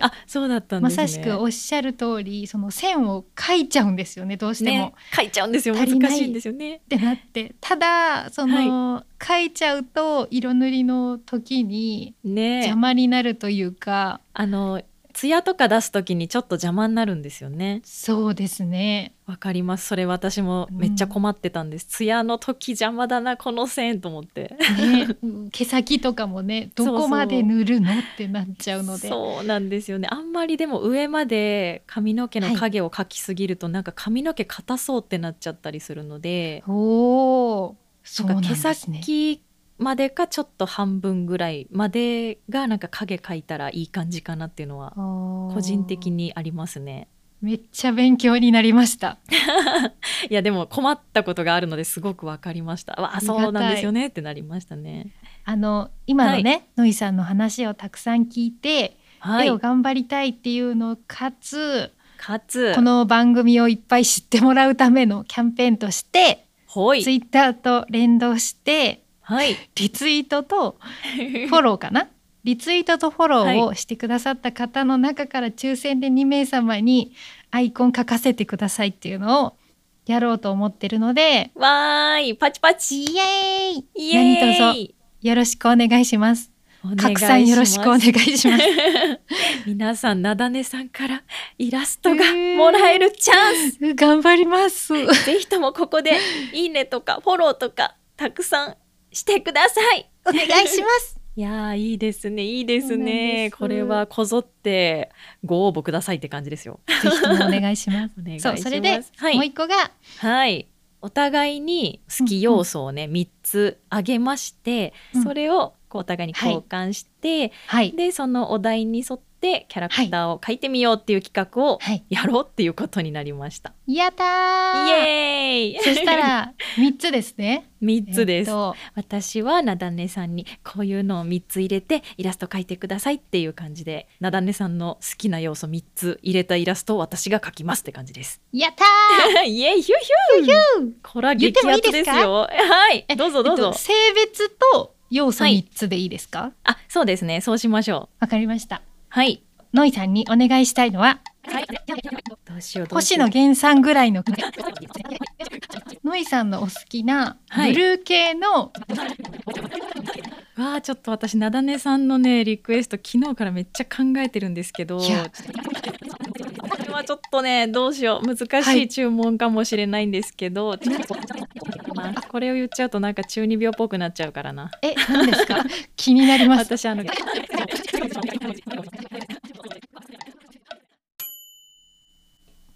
あそうだったんでますね。さしくおっしゃる通りその線を描いちゃうんですよねどうしても、ね、書いちゃうんですよ足難りないしいんですよねってなってただその、描いちゃうと色塗りの時にね邪魔になるというか、あの艶とか出す時にちょっと邪魔になるんですよねそうですねわかりますそれ私もめっちゃ困ってたんです、艶の時邪魔だなこの線と思って ねうん毛先とかもねどそうそこうまで塗るのってなっちゃうのでそうなんですよねあんまりでも上まで髪の毛の影を描きすぎると、なんか髪の毛硬そうってなっちゃったりするのでおーそうななんんかで毛すね先までかちょっと半分ぐらいまでがなんか影描いたらいい感じかなっていうのは個個人的にありますねめっちゃ勉強になりましたいやでも困ったことがあるのですごくわかりました。わあありがそたいうなんですよねってなりましたね。あの今のね、のいさんの話をたくさん聞いて、は絵いを。頑張りたいっていうのかつかつこの番組をいっぱい知ってもらうためのキャンペーンとしてほいツイッターと連動してはいリツイートとフォローかなリツイートとフォローをしてくださった方の中から抽選で2名様にアイコン書かせてくださいっていうのをやろうと思ってるので わーいパチパチイエーイイエーイ何よろしくお願いしますお願いします拡散よろしくお願いします 皆さんなだねさんからイラストがもらえるチャンス、頑張ります ぜひともここでいいねとかフォローとかたくさんしてください。お願いしますいやーいいですねいいですそうなんねですこれはこぞってご応募くださいって感じですよ。 ぜひともお願いしますお願いしそまうす。それではいもう一個がはい。お互いに好き要素をね、3つあげまして、うんそれをこうお互いに交換して、はいでそのお題に沿ってキャラクターを描いてみようっていう企画をはいやろうっていうことになりました。やったーイエーイそした ら三つですね3つです、えっと私はなだねさんにこういうのを3つ入れてイラスト描いてくださいっていう感じでなだねさんの好きな要素3つ入れたイラストを私が描きますって感じです。やった ー イエイヒューヒューこれは言っ激てもアいいツですかですよ。はい、どうぞどうえぞっと。性別と要素はい三つでいいですかわ、あ、そうですね。そうしましょう。かりましたはい。ノイさんにお願いしたいのははい。どうしよう。どうし星よう野。源さんぐ らいのノイさんのお好きなはブいルー系のわあちょっと私なだねさんのねリクエスト昨日からめっちゃ考えてるんですけどいやちょっとこれはちょっとねどうしよう難しい注文かもしれないんですけど、ちょっとまあこれを言っちゃうとなんか中二病っぽくなっちゃうからなえ、何ですか 気になります。私あ の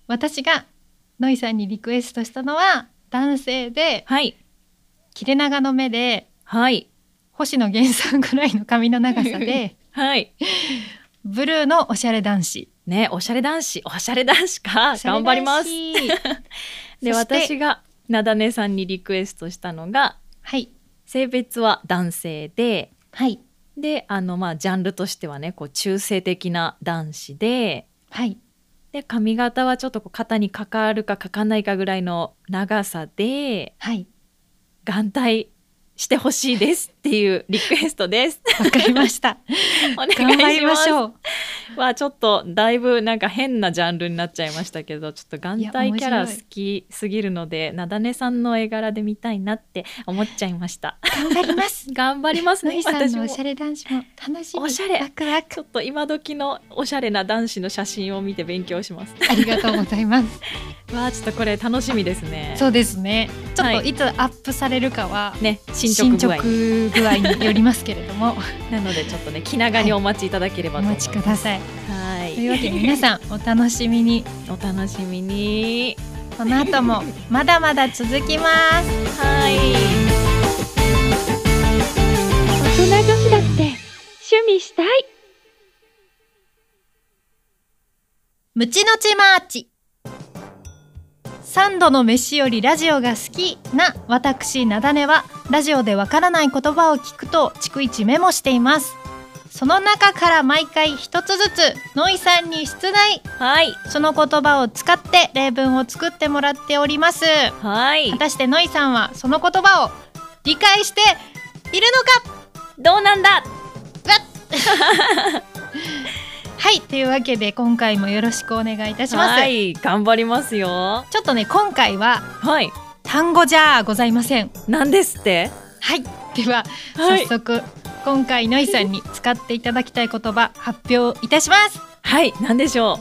私がノイさんにリクエストしたのは男性ではい切れ長の目ではい星野源さんぐらいの髪の長さで はいブルーのおしゃれ男子ねおしゃれ男子おしゃれ男子かおしゃれ頑張ります男子でそして私がなだねさんにリクエストしたのがはい性別は男性ではいであのまあジャンルとしてはねこう中性的な男子ではいで髪型はちょっとこう肩にかかるかかかんないかぐらいの長さではい眼帯してほしいですっていうリクエスト です。わかりました お願いし頑張りまましす。ょうはちょっとだいぶなんか変なジャンルになっちゃいましたけどちょっと眼いや面白帯いキャラ好きすぎるのでなだねさんの絵柄で見たいなって思っちゃいました。頑張ります 頑張りますノねイさん 私のもおしゃれ男子も楽しみおしゃれワクワクちょっと今時のおしゃれな男子の写真を見て勉強します。ありがとうございます わあちょっとこれ楽しみですね。そうですねちょっはといいつアップされるかはね進捗具合進捗具合によりますけれ どもなのでちょっとね気長にお待ちいただければおと思い待ます。ちくださいはい。というわけで皆さんお楽しみにお楽しみに。この後もまだまだ続きますはい。大人女子だって趣味したいムチのちマーチ三度の飯よりラジオが好きな私なだねはラジオでわからない言葉を聞くと逐一メモしていますその中から毎回一つずつノイさんに出題はい。その言葉を使って例文を作ってもらっておりますはい果。たしてノイさんはその言葉を理解しているのかどうなんだ。はいというわけで今回もよろしくお願いいたします、はい。頑張りますよ。ちょっとね今回ははい。単語じゃございませんなんですって。はい、では、はい早速今回のいさんに使っていただきたい言葉発表いたします。はい。なんでしょ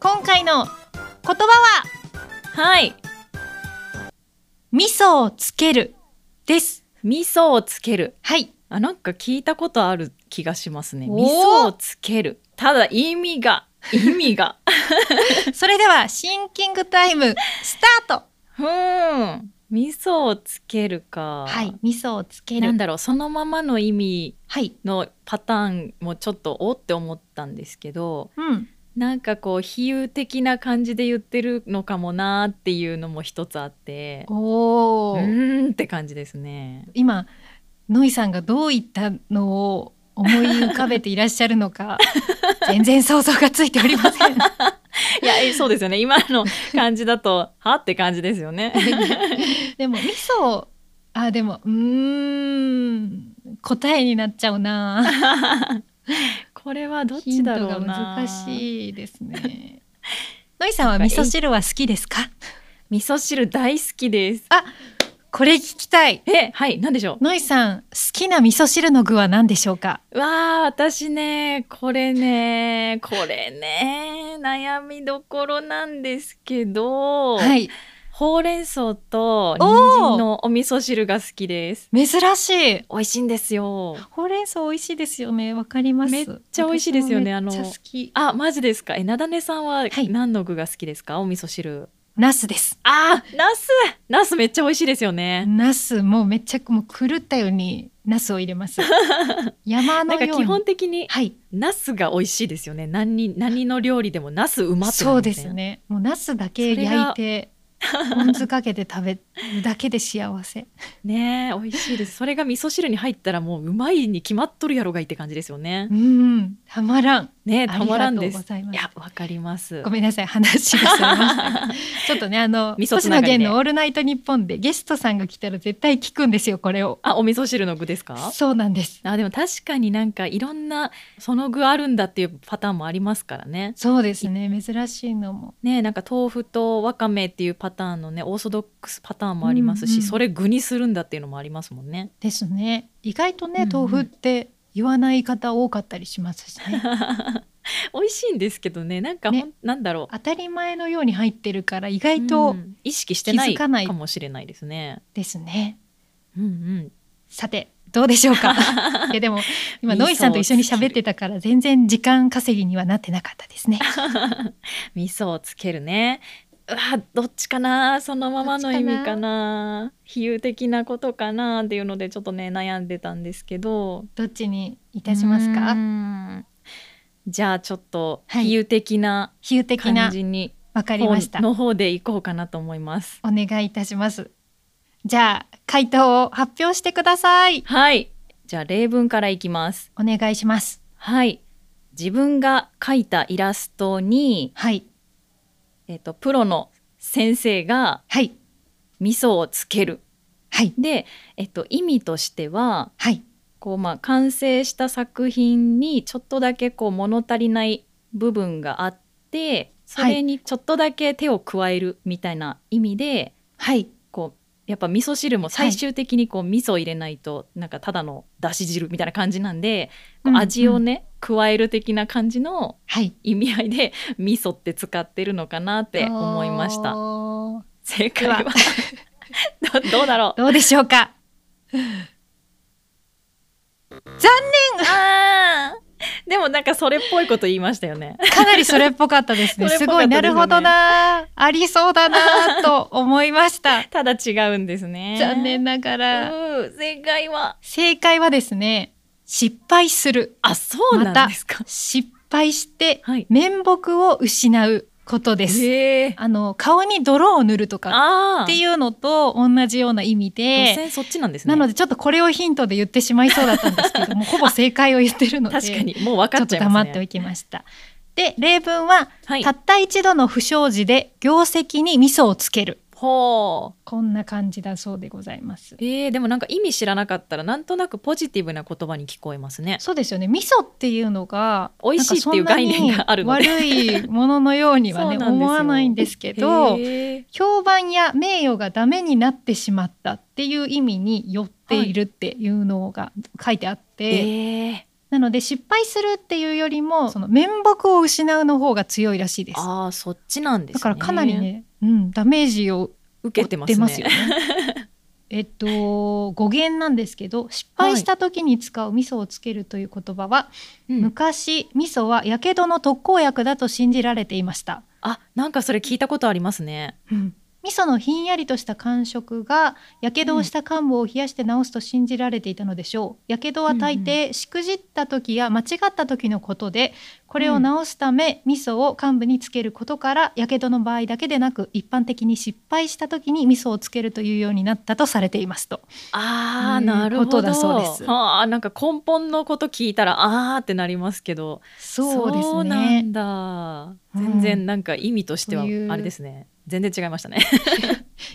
今回の言葉はう。はい。味噌をつけるです。味噌をつける。はい、あなんか聞いたことある気がしますね。味おー噌をつける。ただ意味 が意味が。それではシンキングタイムスタート。ふーん。味噌をつけるか。はい、味噌をつけなるん。だろうそのままの意味はい、のパターンもちょっとおって思ったんですけどうん、なんかこう比喩的な感じで言ってるのかもなーっていうのも一つあっておうお、ーんって感じですね。今のいさんがどういったのを思い浮かべていらっしゃるの か全然想像がついておりません。 いやえそうですよね今の感じだとはって感じですよね。でも味噌あでもうーん答えになっちゃうな これはどっヒちンだトろがうな。難しいですねのいさんは味噌汁は好きですか味噌汁大好きです。これ聞きたいえはい何でしょうのいさん好きな味噌汁の具は何でしょうかわあ私ねこれねこれね悩みどころなんですけど、はいほうれん草とおー人参のお味噌汁が好きです珍しい美味しいんですよほうれん草美味しいですよねわかりますめっちゃ美味しいですよね私もめっちゃあの好きあマジですかえなだねさんはい何の具が好きですか、お味噌汁ナスですあーナスナスめっちゃ美味しいですよねナスもうめっちゃもう狂ったようにナスを入れ ます山なのんかように基本的にはいナスが美味しいですよね何に何の料理でもナスうまってなりませんそうですねもうナスだけ焼いてポン酢かけて食べるだけで幸せねえ美味しいですそれが味噌汁に入ったらもううまいに決まっとるやろがいって感じですよねうんたまらんねあたりまらがんとうでごすざいまいすやわか りますごめんなさい話がそれました ちょっとねあの味噌星つ野ながりで源の「オールナイトニッポン」でゲストさんが来たら絶対聞くんですよこれをあお味噌汁の具ですかそうなんですあでも確かになんかいろんなその具あるんだっていうパターンもありますからねそうですね珍しいのもねなんか豆腐とわかめっていうパターンのねオーソドックスパターンもありますし、うんうんそれ具にするんだっていうのもありますもんね。 ですね意外とうんねうん豆腐って言わない方多かったりしますし ね美味しいんですけどねなんかほん、ねなんだろう当たり前のように入ってるから意外うとん意識してない気づかかないもしれないですね。ですね、うんうん、さてどうでしょう かいやでも今ノイさんと一緒に喋ってたから全然時間稼ぎにはなってなかったですね味噌をつけるね。うわどっちかなそのままの意味かな比喩的なことかなっていうのでちょっとね悩んでたんですけどどっちにいたしますうかーんじゃあちょっとはい比喩的な比喩的感なじに、わかりましたの方でいこうかなと思います。お願いいたしますじゃあ回答を発表してくださいはい。じゃあ例文からいきます。お願いしますはい。自分が描いたイラストに、はいえっと、プロの先生がはい味噌をつける。はいで、えっと、意味としては、はいこう、まあ、完成した作品にちょっとだけこう物足りない部分があって、それにちょっとだけ手を加えるみたいな意味で、はいこうやっぱ味噌汁も最終的にこう味噌を入れないとなんかただのだし汁みたいな感じなんで、こううん味をね、加える的な感じのはい意味合いで味噌って使ってるのかなって思いましたおー正解ではは どどう だろうどうでしょうかあーでもなんかそれっぽいこと言いましたよねかなりそれっぽかったですね。 それすっぽかごっい、たですよねなるほどな。ありそうだなと思いました。 ただ違うんですね残念ながら。うん正解は正解はですね、失敗する。あそうまなたんですか、失敗して、はい面目を失うことです。えー、あの、顔に泥を塗るとかあってういうのと同じような意味で、そっちなんですねなのでちょっとこれをヒントで言ってしまいそうだったんですけ ども、ほぼ正解を言ってるので、確かにもう分ちかょっっとちゃい黙ますっておねきました。で、例文は、はいたった一度の不祥事で業績に味噌をつける。ほうこんな感じだそうでございます。えー、でもなんか意味知らなかったらなんとなくポジティブな言葉に聞こえますね。そうですよね。味噌っていうのが美味しいっていう概念があるのなんかでそんなに悪いもののようにはね そうなんです思よわないんですけど、へー評判や名誉がダメになってしまったっていう意味に寄っているっていうのが書いてあって、えー、なので失敗するっていうよりもその面目を失うの方が強いらしいです。ああそっちなんですね。だからかなりね、うん、ダメージを受けてますね。出ますよね えっと語源なんですけど失敗した時に使う味噌をつけるという言葉は、うん昔味噌はやけどの特効薬だと信じられていました、あなんかそれ聞いたことありますね。味噌のひんやりとした感触がやけどをした患部を冷やして治すと信じられていたのでしょうやけどは大抵しくじった時や間違った時のことでこれを治すため味噌を患部につけることからやけどの場合だけでなく一般的に失敗した時に味噌をつけるというようになったとされていますとああうんなるほこど。とだそうですああなんか根本のこと聞いたらああってなりますけど。そうですねそうなんだ。全然なんか意味としてはそういうあれですね。全然違いましたね。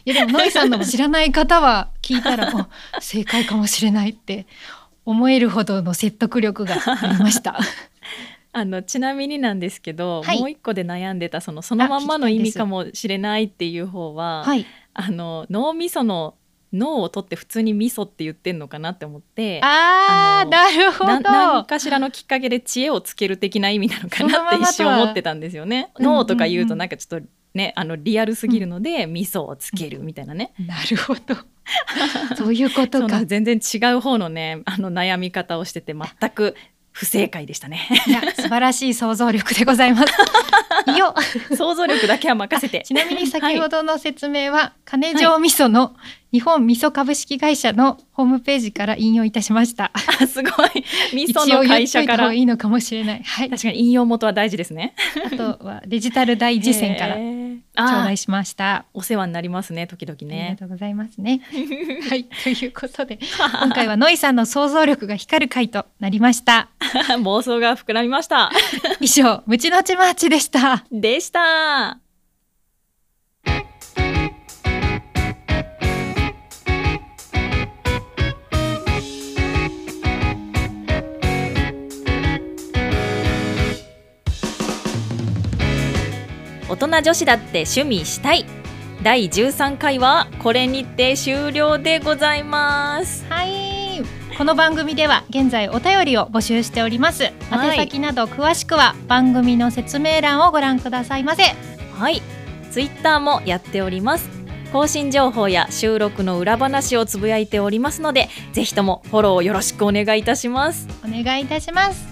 いやでもノイさんのも知らない方は聞いた らあ正解かもしれないって思えるほどの説得力がありま した。あのちなみになんですけど、はいもう一個で悩んでたそのそのまんまのあ聞きたい意です味かもしれないっていう方は、はい。あの脳みその脳を取って普通に味噌って言ってんのかなって思ってあああのなるほな何ど。かしらのきっかけで知恵をつける的な意味なのかそのなまっまてとは一瞬思ってたんですよね。うんうんうん脳とか言うとなんかちょっとねあのリアルすぎるので、味噌をつけるみたいなね、なるほ ど。そういうこそとうなかん。全然違う方のねあの悩み方をしてて全く不正解でしたね。 いや素晴らしい想像力でござい ます。いいよ。想像力だけは任せて。ちなみに先はほいどの説明は金城味噌の日本味噌株式会社のホームページから引用いたしました。あ すごい味一噌応の言会っと社いかた方らがいいの かもしれない。はい。確かに引用元は大事ですね。あとはデジタル大事線からへー頂あ戴しました。お世話になりますね時々ありが ね。とうございますね。はい、ということ で、今回はノイさんの想像力が光る回となりました。妄想が膨らみました。以上、ムチのちマーチでした。でした。大人女子だって趣味したい第13回はこれにて終了でございますはい。この番組では現在お便りを募集しております。は宛い先など詳しくは番組の説明欄をご覧くださいませ。はい、ツイッターもやっております。更新情報や収録の裏話をつぶやいておりますので、ぜひともフォローよろしくお願いいたします。お願いいたします。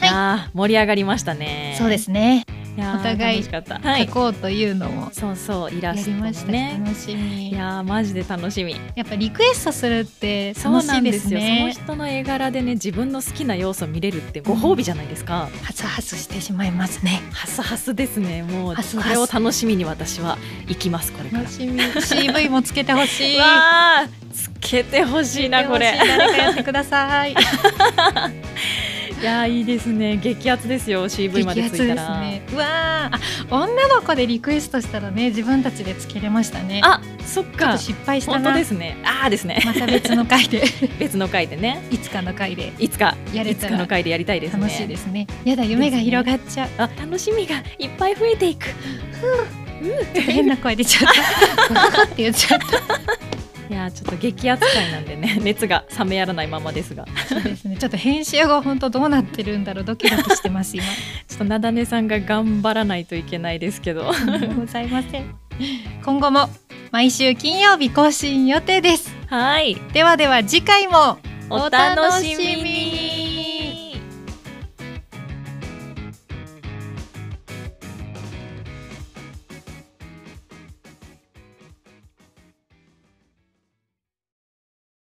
はいいやー、盛り上がりましたね。そうですね。いやー。お互い楽しかった。はい書。こうというのもそうそう、イやラストりもましたし、ね。楽しみいやー、マジで楽しみ。やっぱリクエストするってそう楽なしいんでですすよ。そのね人の絵柄でね、自分の好きな要素見れるってご褒美じゃないですか。ハスハスしてしまいますねハスハスですね。もう、こハスハスれを楽しみに私は行きます、これから。楽しみ CV もつけてほ しいわあ、つけてほしいな、これつ。けてほしい誰かやってくださいいやーいいですね激アツですよ CV までついたですら、ねうわーあ女の子でリクエストしたらね自分たちでつけれましたねあそっちょっかと失敗した本当なですねああですね また別の 回で別の回でねいつかの回でいつかやれいつたからの回でやりたいですね楽しいですねやだ夢が広がっちゃうあ楽しみがいっぱい増えていくちょっと変な声出ちゃった。わーって言っちゃっいやーちょっと激アツ回なんでね 熱が冷めやらないままですがたです ね。ちょっと編集が本当どうなってるんだろうドキドキしてます 今。ちょっとなだねさんが頑張らないといけないですけ どとんでもございません。今後も毎週金曜日更新予定です。 はいではでは次回もお楽しみに